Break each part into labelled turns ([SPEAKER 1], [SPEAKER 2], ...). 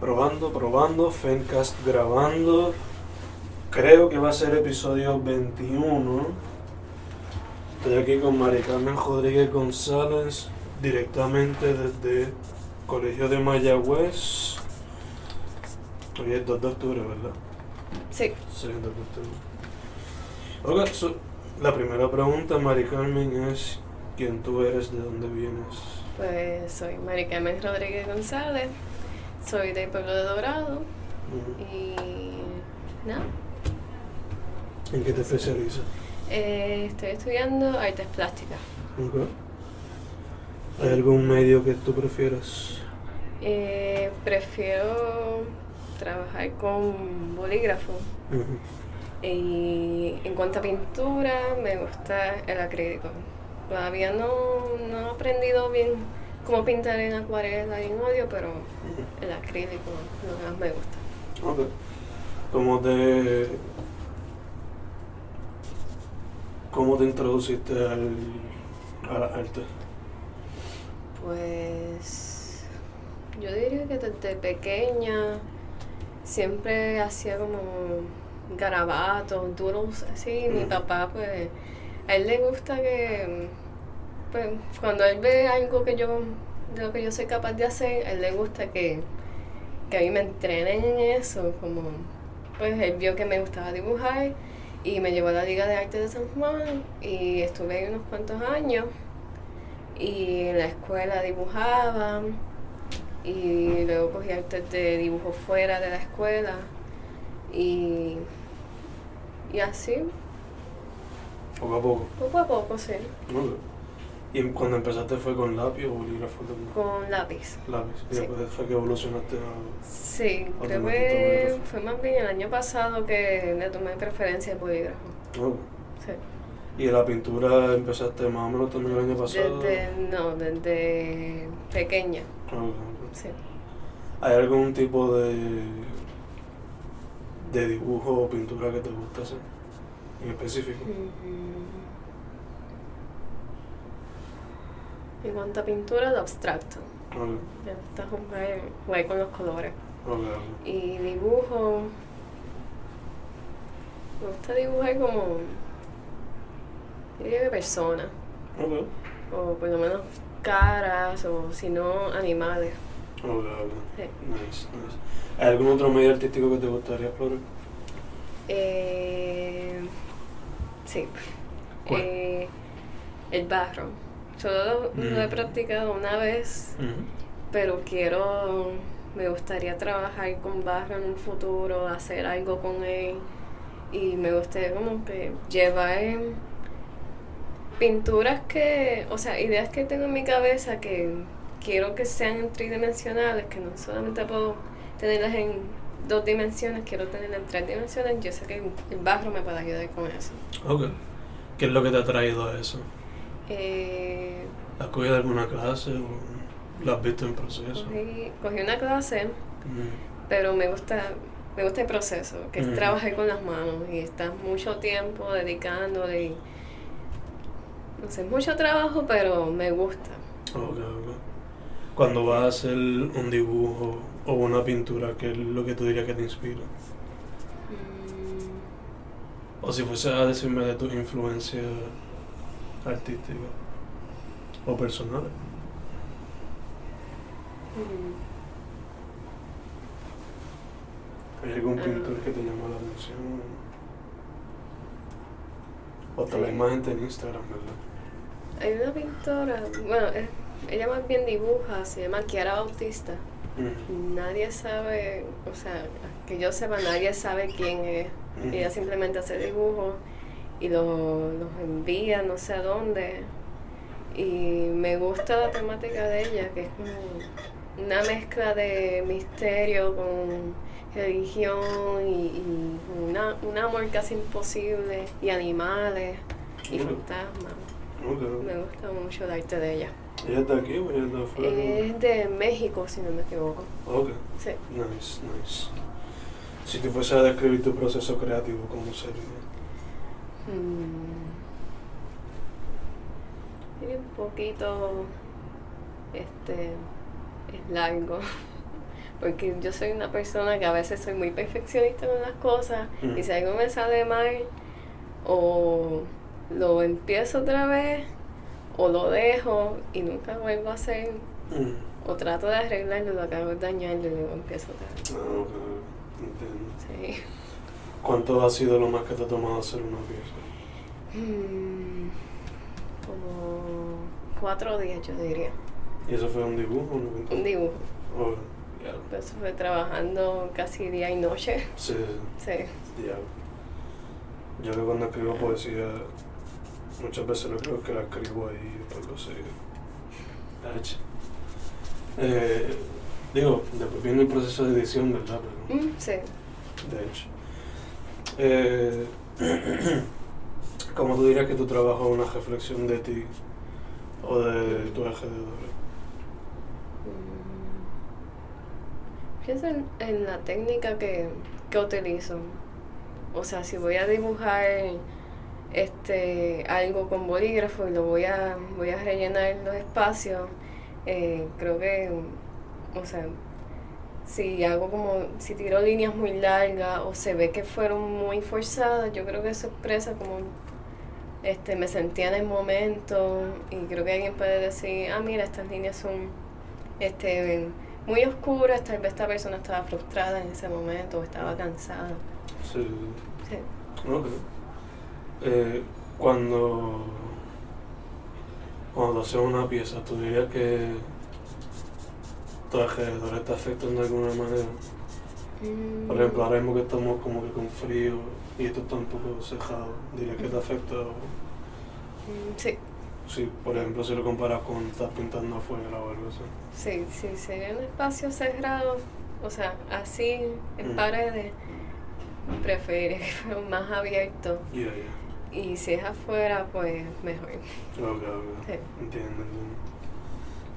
[SPEAKER 1] Probando, probando, Fencast grabando. Creo que va a ser episodio 21. Estoy aquí con María Carmen Rodríguez González, directamente desde Colegio de Mayagüez. Hoy es 2 de octubre, ¿verdad?
[SPEAKER 2] Sí.
[SPEAKER 1] Sí, 2 de octubre. Ok, so, la primera pregunta, María Carmen, es: ¿quién tú eres? ¿De dónde vienes?
[SPEAKER 2] Pues soy Mari Carmen Rodríguez González, soy del pueblo de Dorado
[SPEAKER 1] Ujú.
[SPEAKER 2] y nada,
[SPEAKER 1] ¿En qué te especializas?
[SPEAKER 2] eh, estoy estudiando artes plásticas.
[SPEAKER 1] Ok. ¿Hay algún medio que tú prefieras?
[SPEAKER 2] Eh, prefiero trabajar con bolígrafo
[SPEAKER 1] Ujú.
[SPEAKER 2] y en cuanto a pintura me gusta el acrílico. Todavía no, no he aprendido bien cómo pintar en acuarela y en óleo, pero el acrílico es lo que más me gusta.
[SPEAKER 1] Ok. ¿Cómo te. ¿Cómo te introduciste al, a la arte?
[SPEAKER 2] Pues yo diría que desde pequeña siempre hacía como garabatos, duros así. Mi
[SPEAKER 1] Ujú.
[SPEAKER 2] papá, pues, a él le gusta que, pues, cuando él ve algo que yo, de lo que yo soy capaz de hacer, a él le gusta que, que a mí me entrenen en eso. Como, pues, él vio que me gustaba dibujar y me llevó a la Liga de Arte de San Juan y estuve ahí unos cuantos años y en la escuela dibujaba y luego cogí artes de dibujo fuera de la escuela y, y así,
[SPEAKER 1] Poco a poco.
[SPEAKER 2] poco a poco, sí,
[SPEAKER 1] Ok. ¿Y en- cuando empezaste fue con lápiz o bolígrafo también?
[SPEAKER 2] con lápiz.
[SPEAKER 1] Lápiz. Y
[SPEAKER 2] Sí.
[SPEAKER 1] después fue que evolucionaste a.
[SPEAKER 2] Sí,
[SPEAKER 1] ¿O te
[SPEAKER 2] creo
[SPEAKER 1] metiste en
[SPEAKER 2] que
[SPEAKER 1] bolígrafo?
[SPEAKER 2] fue más bien el año pasado que le tomé preferencia al bolígrafo.
[SPEAKER 1] Ok.
[SPEAKER 2] Sí.
[SPEAKER 1] ¿Y la pintura empezaste más o menos también el año pasado?
[SPEAKER 2] Desde, no, desde pequeña,
[SPEAKER 1] Ok, ok.
[SPEAKER 2] sí.
[SPEAKER 1] ¿Hay algún tipo de, de dibujo o pintura que te gusta hacer? En específico.
[SPEAKER 2] Mm. En cuanto a pintura, lo abstracto.
[SPEAKER 1] Ok,
[SPEAKER 2] Me gusta jugar, jugar con los colores.
[SPEAKER 1] ok, ok.
[SPEAKER 2] Y dibujo. Me gusta dibujar como. yo Diría que personas.
[SPEAKER 1] Ok,
[SPEAKER 2] O por lo menos caras, o si no, animales.
[SPEAKER 1] ok, ok.
[SPEAKER 2] Sí.
[SPEAKER 1] Nice, nice. ¿Hay algún otro medio artístico que te gustaría explorar?
[SPEAKER 2] Eh, sí.
[SPEAKER 1] ¿Cuál?
[SPEAKER 2] Eh, el barro. Solo lo, lo he
[SPEAKER 1] Mm.
[SPEAKER 2] practicado una vez, pero quiero. Me gustaría trabajar con barro en un futuro, hacer algo con él. Y me gustaría como que llevar pinturas que, o sea, ideas que tengo en mi cabeza que quiero que sean tridimensionales, que no solamente puedo tenerlas en dos dimensiones, quiero tenerlas en tres dimensiones. Yo sé que el barro me puede ayudar con eso.
[SPEAKER 1] Ok. ¿Qué es lo que te ha traído a eso?
[SPEAKER 2] Eh,
[SPEAKER 1] ¿Has cogido alguna clase o la has visto en proceso?
[SPEAKER 2] cogí, cogí una clase,
[SPEAKER 1] Mm,
[SPEAKER 2] pero me gusta me gusta el proceso, que es
[SPEAKER 1] Ujú.
[SPEAKER 2] trabajar con las manos y estás mucho tiempo dedicándole. y- No sé, es mucho trabajo, pero me gusta.
[SPEAKER 1] ok, ok. Cuando vas a hacer un dibujo o una pintura, ¿qué es lo que tú dirías que te inspira?
[SPEAKER 2] Mm.
[SPEAKER 1] O si fuese a decirme de tus influencias artísticas o personales.
[SPEAKER 2] Mm,
[SPEAKER 1] ¿Hay algún
[SPEAKER 2] Ah.
[SPEAKER 1] pintor que te llamó la atención? O hasta
[SPEAKER 2] Sí.
[SPEAKER 1] la imagen en Instagram, ¿verdad?
[SPEAKER 2] Hay una pintora, bueno, eh, ella más bien dibuja, se llama Kiara Bautista.
[SPEAKER 1] Mm,
[SPEAKER 2] Nadie sabe, o sea, que yo sepa, nadie sabe quién es.
[SPEAKER 1] Ujú.
[SPEAKER 2] Ella simplemente hace dibujos y lo- los envía no sé a dónde. Y me gusta la temática de ella, que es como una mezcla de misterio con religión y, y una, un amor casi imposible y animales y
[SPEAKER 1] Ujú.
[SPEAKER 2] fantasmas.
[SPEAKER 1] Ok.
[SPEAKER 2] Me gusta mucho el arte de ella.
[SPEAKER 1] ¿Ella está aquí o ella está afuera?
[SPEAKER 2] Es Eh, de México, si no me equivoco.
[SPEAKER 1] Ok,
[SPEAKER 2] Sí.
[SPEAKER 1] nice, nice. Si te fuese a describir tu proceso creativo, ¿cómo sería?
[SPEAKER 2] Mm. Y un poquito. Este. Es largo. Porque yo soy una persona que a veces soy muy perfeccionista con las cosas
[SPEAKER 1] Ujú.
[SPEAKER 2] y si algo me sale mal, o lo empiezo otra vez o lo dejo y nunca vuelvo a hacer
[SPEAKER 1] Mm.
[SPEAKER 2] o trato de arreglarlo, lo acabo de dañarlo y luego empiezo otra vez.
[SPEAKER 1] Ah, ok, ok. Entiendo.
[SPEAKER 2] Sí.
[SPEAKER 1] ¿Cuánto ha sido lo más que te ha tomado hacer una pieza?
[SPEAKER 2] Mm, Como cuatro días yo diría.
[SPEAKER 1] ¿Y eso fue un dibujo? ¿Una pintura?
[SPEAKER 2] Un dibujo.
[SPEAKER 1] Oh, diablo.
[SPEAKER 2] Pero eso fue trabajando casi día y noche.
[SPEAKER 1] Sí, sí,
[SPEAKER 2] Sí.
[SPEAKER 1] sí, diablo. Yo que cuando escribo poesía, muchas veces lo creo que la escribo ahí y después lo sé. Ach. Eh, digo, después viene el proceso de edición, ¿verdad? Pero,
[SPEAKER 2] Mm, sí.
[SPEAKER 1] de hecho. Eh, ¿Cómo tú dirías que tu trabajo es una reflexión de ti o de tu alrededor?
[SPEAKER 2] Mm. Pienso en, en la técnica que, que utilizo. O sea, si voy a dibujar este algo con bolígrafo y lo voy a, voy a rellenar los espacios, eh, creo que, o sea, si hago como, si tiro líneas muy largas o se ve que fueron muy forzadas, yo creo que eso expresa como, este, me sentía en el momento y creo que alguien puede decir, ah, mira, estas líneas son este, muy oscuras, tal vez esta persona estaba frustrada en ese momento o estaba cansada.
[SPEAKER 1] Sí, sí, sí.
[SPEAKER 2] Sí.
[SPEAKER 1] Ok. Eh, cuando cuando haces una pieza, ¿tú dirías que tu alrededor está afectando de alguna manera?
[SPEAKER 2] Mm,
[SPEAKER 1] Por ejemplo, ahora mismo que estamos como que con frío y esto está un poco cejado, ¿dirías que te afecta? o-
[SPEAKER 2] Mm, Sí,
[SPEAKER 1] Si, por ejemplo, si lo comparas con estás pintando afuera o algo así.
[SPEAKER 2] sí, sí, sería un espacio cerrado, o sea, así, en
[SPEAKER 1] Mm.
[SPEAKER 2] paredes, preferiría que fuera más abierto.
[SPEAKER 1] Yeah, yeah.
[SPEAKER 2] Y si es afuera, pues mejor.
[SPEAKER 1] Ok, ok.
[SPEAKER 2] Sí.
[SPEAKER 1] Entiendo,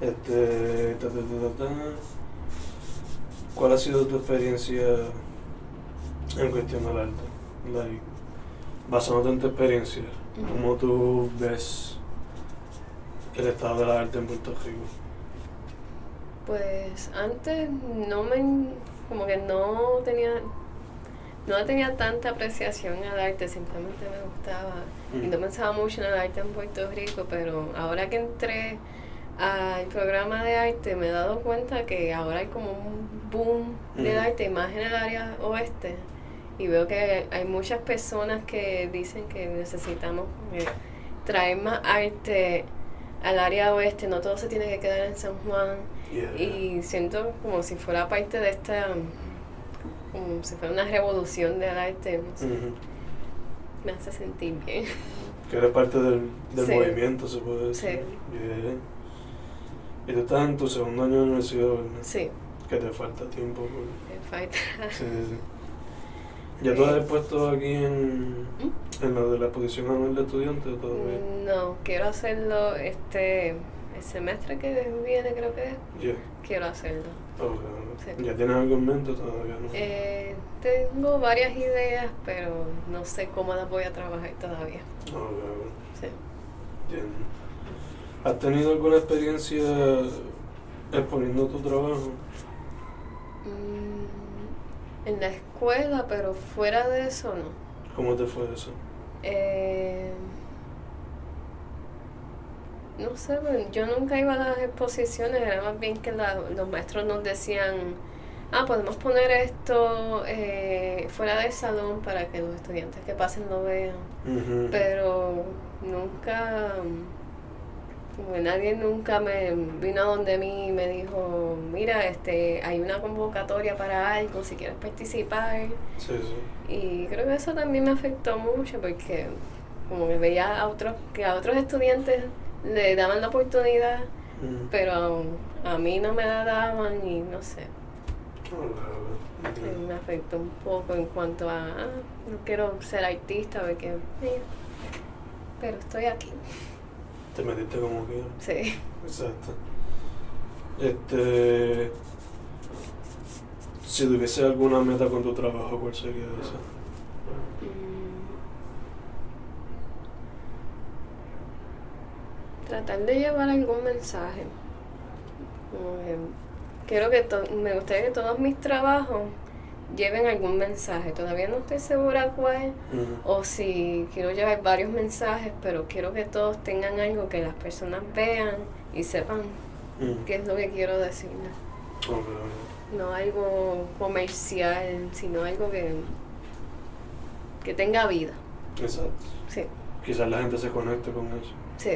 [SPEAKER 1] entiendo. Este, ta, ta, ta, ta, ta. ¿Cuál ha sido tu experiencia en cuestión del arte? Like, basándote en tu experiencia,
[SPEAKER 2] Ujú.
[SPEAKER 1] ¿cómo tú ves el estado del arte en Puerto Rico?
[SPEAKER 2] Pues antes no me como que no tenía no tenía tanta apreciación al arte, simplemente me gustaba y no
[SPEAKER 1] Mm.
[SPEAKER 2] pensaba mucho en el arte en Puerto Rico, pero ahora que entré al programa de arte me he dado cuenta que ahora hay como un boom del
[SPEAKER 1] Ujú.
[SPEAKER 2] arte, más en el área oeste, y veo que hay muchas personas que dicen que necesitamos eh, traer más arte al área oeste, no todo se tiene que quedar en San Juan.
[SPEAKER 1] Yeah.
[SPEAKER 2] Y siento como si fuera parte de esta, como si fuera una revolución del arte, no sé,
[SPEAKER 1] Ujú.
[SPEAKER 2] me hace sentir bien.
[SPEAKER 1] Que eres parte del, del
[SPEAKER 2] Sí.
[SPEAKER 1] movimiento, se puede decir. Yeah. Y tú estás en tu segundo año de universidad, ¿verdad?
[SPEAKER 2] Sí,
[SPEAKER 1] Que te falta tiempo. por-
[SPEAKER 2] me falta.
[SPEAKER 1] Sí, sí, sí. ¿Ya tú has puesto aquí en, en lo de la exposición anual de estudiantes todavía?
[SPEAKER 2] No, quiero hacerlo este, el semestre que viene creo que es,
[SPEAKER 1] Ya.
[SPEAKER 2] quiero hacerlo.
[SPEAKER 1] Ok, ok.
[SPEAKER 2] Mm. Sí.
[SPEAKER 1] ¿Ya tienes algo en mente o todavía? No.
[SPEAKER 2] Eh, tengo varias ideas, pero no sé cómo las voy a trabajar todavía.
[SPEAKER 1] Ok, ok.
[SPEAKER 2] Sí.
[SPEAKER 1] Entiendo. ¿Has tenido alguna experiencia exponiendo tu trabajo?
[SPEAKER 2] Mm, en la escuela, pero fuera de eso no.
[SPEAKER 1] ¿Cómo te fue eso?
[SPEAKER 2] Eh, no sé, pero yo nunca iba a las exposiciones, era más bien que la- los maestros nos decían, ah, podemos poner esto eh, fuera del salón para que los estudiantes que pasen lo vean.
[SPEAKER 1] Ujú.
[SPEAKER 2] Pero nunca, mm, como que nadie nunca me vino a donde mí y me dijo, mira, este, hay una convocatoria para algo, si quieres participar.
[SPEAKER 1] Sí, sí.
[SPEAKER 2] Y creo que eso también me afectó mucho porque como que veía a otros, que a otros estudiantes le daban la oportunidad,
[SPEAKER 1] Ujú.
[SPEAKER 2] pero a, mí no me la daban y no sé,
[SPEAKER 1] Ok, ok.
[SPEAKER 2] eh,
[SPEAKER 1] Entiendo.
[SPEAKER 2] me afectó un poco en cuanto a, ah, no quiero ser artista porque, eh, pero estoy aquí,
[SPEAKER 1] Te metiste como quieras.
[SPEAKER 2] sí.
[SPEAKER 1] Exacto. Este. Si tuviese alguna meta con tu trabajo, ¿cuál sería esa?
[SPEAKER 2] Mm. Tratar de llevar algún mensaje. Como que, Quiero que to- me gustaría que todos mis trabajos lleven algún mensaje. Todavía no estoy segura cuál
[SPEAKER 1] Ujú.
[SPEAKER 2] o si quiero llevar varios mensajes, pero quiero que todos tengan algo que las personas vean y sepan
[SPEAKER 1] Ujú.
[SPEAKER 2] qué es lo que quiero decirles.
[SPEAKER 1] mm. Ok,
[SPEAKER 2] No algo comercial, sino algo que, que tenga vida.
[SPEAKER 1] ok. Exacto.
[SPEAKER 2] Sí,
[SPEAKER 1] Quizás la gente se conecte con eso.
[SPEAKER 2] sí.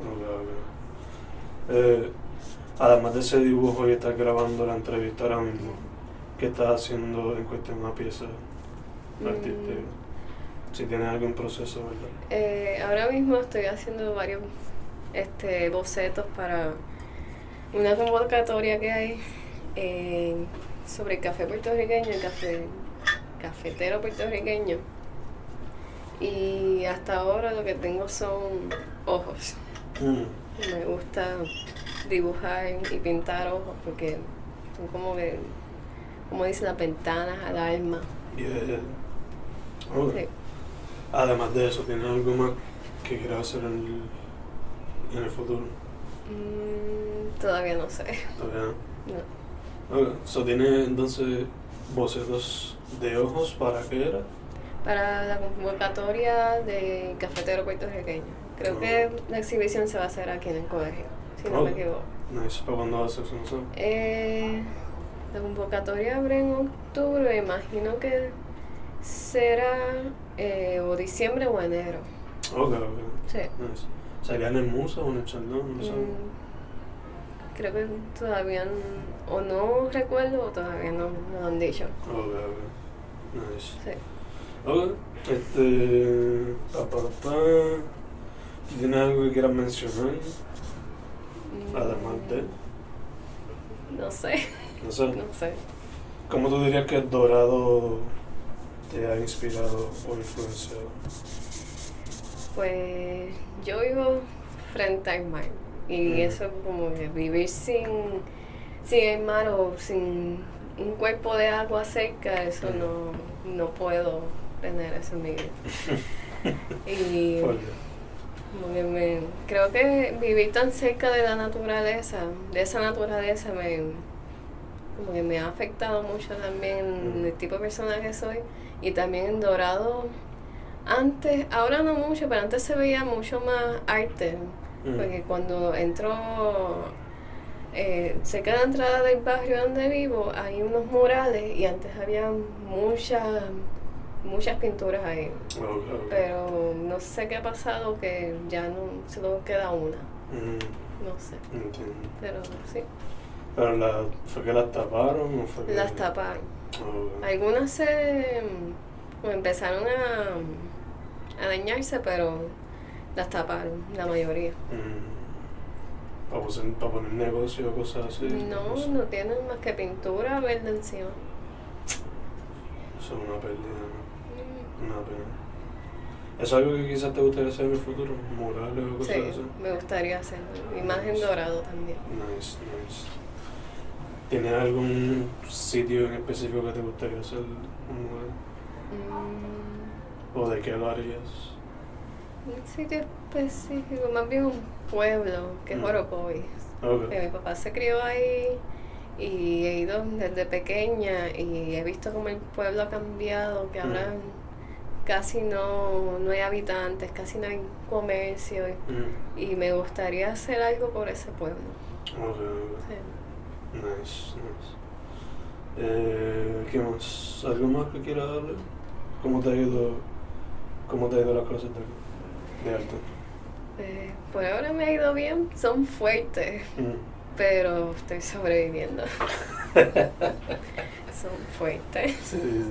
[SPEAKER 1] Ok, ok. Eh, además de ese dibujo y estás grabando la entrevista ahora mismo, ¿qué estás haciendo en cuestión a pieza
[SPEAKER 2] Mm.
[SPEAKER 1] artística? Si tienes algún proceso, ¿verdad?
[SPEAKER 2] Eh, ahora mismo estoy haciendo varios este, bocetos para una convocatoria que hay eh, sobre el café puertorriqueño, el café cafetero puertorriqueño. Y hasta ahora lo que tengo son ojos.
[SPEAKER 1] Mm,
[SPEAKER 2] Me gusta dibujar y pintar ojos porque son como que, como dicen, las ventanas al alma.
[SPEAKER 1] yeah. Ok.
[SPEAKER 2] Sí.
[SPEAKER 1] Además de eso, ¿tienes algo más que quieras hacer en el, en el futuro?
[SPEAKER 2] Mm, todavía no sé.
[SPEAKER 1] Todavía
[SPEAKER 2] No.
[SPEAKER 1] no. Ok, so, ¿Tienes entonces bocetos de ojos para qué era?
[SPEAKER 2] para la convocatoria de cafetero puertorriqueño. Creo que la exhibición se va a hacer aquí en el colegio, si no
[SPEAKER 1] Oh.
[SPEAKER 2] me equivoco.
[SPEAKER 1] Nice, ¿para cuándo haces eso? No sé.
[SPEAKER 2] Eh, la convocatoria abre en octubre, imagino que será eh, o diciembre o enero.
[SPEAKER 1] Ok, ok.
[SPEAKER 2] Sí.
[SPEAKER 1] Nice. ¿Sería en el Musa o en el Chaldón? No sé.
[SPEAKER 2] Mm, creo que todavía, n- o no recuerdo, o todavía no no lo han dicho.
[SPEAKER 1] Ok, ok. Nice.
[SPEAKER 2] Sí.
[SPEAKER 1] Ok. Este. Pa, pa, pa. ¿Tú ¿Tienes algo que quieras mencionar?
[SPEAKER 2] Mm,
[SPEAKER 1] Además de. Ah.
[SPEAKER 2] No sé,
[SPEAKER 1] No sé.
[SPEAKER 2] no sé.
[SPEAKER 1] ¿Cómo tú dirías que el Dorado te ha inspirado o influenciado?
[SPEAKER 2] Pues yo vivo frente al mar y
[SPEAKER 1] Ujú.
[SPEAKER 2] eso como que vivir sin, sin el mar o sin un cuerpo de agua cerca, eso no, no puedo tener eso en mi vida. Y
[SPEAKER 1] ¿Cuál?
[SPEAKER 2] como que me, creo que vivir tan cerca de la naturaleza, de esa naturaleza me como que me ha afectado mucho también
[SPEAKER 1] Mm.
[SPEAKER 2] el tipo de persona que soy y también en Dorado antes, ahora no mucho, pero antes se veía mucho más arte,
[SPEAKER 1] Mm.
[SPEAKER 2] porque cuando entro eh, cerca de la entrada del barrio donde vivo hay unos murales y antes había muchas muchas pinturas ahí,
[SPEAKER 1] Ok, ok.
[SPEAKER 2] pero no sé qué ha pasado que ya no solo queda una,
[SPEAKER 1] Mm,
[SPEAKER 2] no sé,
[SPEAKER 1] entiendo.
[SPEAKER 2] pero sí,
[SPEAKER 1] ¿Pero la, fue que las taparon o fue que...?
[SPEAKER 2] las taparon.
[SPEAKER 1] Ok.
[SPEAKER 2] Algunas se mm, empezaron a, a dañarse, pero las taparon, la mayoría.
[SPEAKER 1] Mm. Para poner, para poner negocio o cosas así.
[SPEAKER 2] No,
[SPEAKER 1] sé.
[SPEAKER 2] no tienen más que pintura verde encima.
[SPEAKER 1] Eso es una pérdida, ¿no?
[SPEAKER 2] Mm.
[SPEAKER 1] una pena. ¿Es algo que quizás te gustaría hacer en el futuro? ¿Murales o cosas
[SPEAKER 2] Sí,
[SPEAKER 1] así?
[SPEAKER 2] me gustaría hacerlo. Imagen dorado también.
[SPEAKER 1] Nice, nice. ¿Tienes algún sitio en específico que te gustaría hacer un mural?
[SPEAKER 2] Mm,
[SPEAKER 1] ¿O de qué lo harías?
[SPEAKER 2] un sitio específico, pues más bien un pueblo, que es
[SPEAKER 1] Mm.
[SPEAKER 2] Orocovis.
[SPEAKER 1] Ok.
[SPEAKER 2] Que mi papá se crió ahí y he ido desde pequeña y he visto cómo el pueblo ha cambiado,
[SPEAKER 1] Mm.
[SPEAKER 2] que ahora casi no, no hay habitantes, casi no hay comercio y-
[SPEAKER 1] Mm.
[SPEAKER 2] y me gustaría hacer algo por ese pueblo.
[SPEAKER 1] Ok, ok.
[SPEAKER 2] Sí.
[SPEAKER 1] Nice, nice. Eh, ¿Qué más? ¿Algo más que quieras hablar? ¿Cómo te ha ido, cómo te ha ido las clases de, de arte?
[SPEAKER 2] Eh, por ahora me ha ido bien, son fuertes,
[SPEAKER 1] Mm.
[SPEAKER 2] pero estoy sobreviviendo. son fuertes.
[SPEAKER 1] Sí, sí, sí.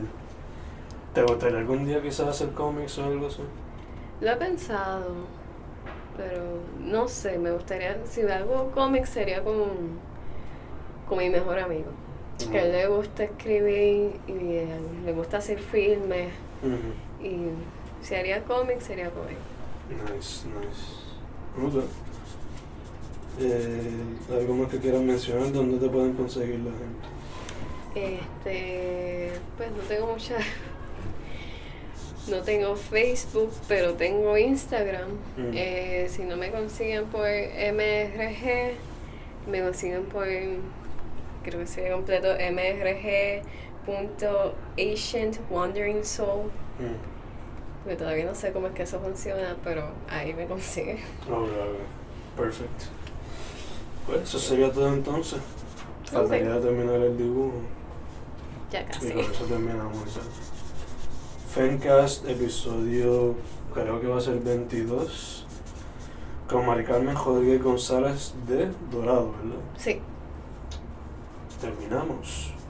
[SPEAKER 1] ¿Te gustaría algún día quizás hacer cómics o algo así?
[SPEAKER 2] Lo he pensado, pero no sé, me gustaría, si hago cómics sería como un- con mi mejor amigo. Que a él le gusta escribir y eh, le gusta hacer filmes
[SPEAKER 1] Ujú.
[SPEAKER 2] y si haría cómics sería con él.
[SPEAKER 1] Nice, nice. Ok. Eh, ¿Algo más que quieras mencionar? ¿Dónde te pueden conseguir la gente?
[SPEAKER 2] Este, pues no tengo mucha. No tengo Facebook, pero tengo Instagram.
[SPEAKER 1] Mm.
[SPEAKER 2] Eh, si no me consiguen por MRG, me consiguen por creo que sería completo mrg.ancientwanderingsoul,
[SPEAKER 1] Mm.
[SPEAKER 2] porque todavía no sé cómo es que eso funciona, pero ahí me consigue.
[SPEAKER 1] Ok, ok. Perfecto. Pues eso sería todo entonces. Faltaría terminar el dibujo.
[SPEAKER 2] Ya
[SPEAKER 1] Y
[SPEAKER 2] casi.
[SPEAKER 1] con eso terminamos. ya. Fencast, episodio creo que va a ser 22. Con Mari Carmen Rodríguez González de Dorado, ¿verdad?
[SPEAKER 2] Sí.
[SPEAKER 1] Terminamos.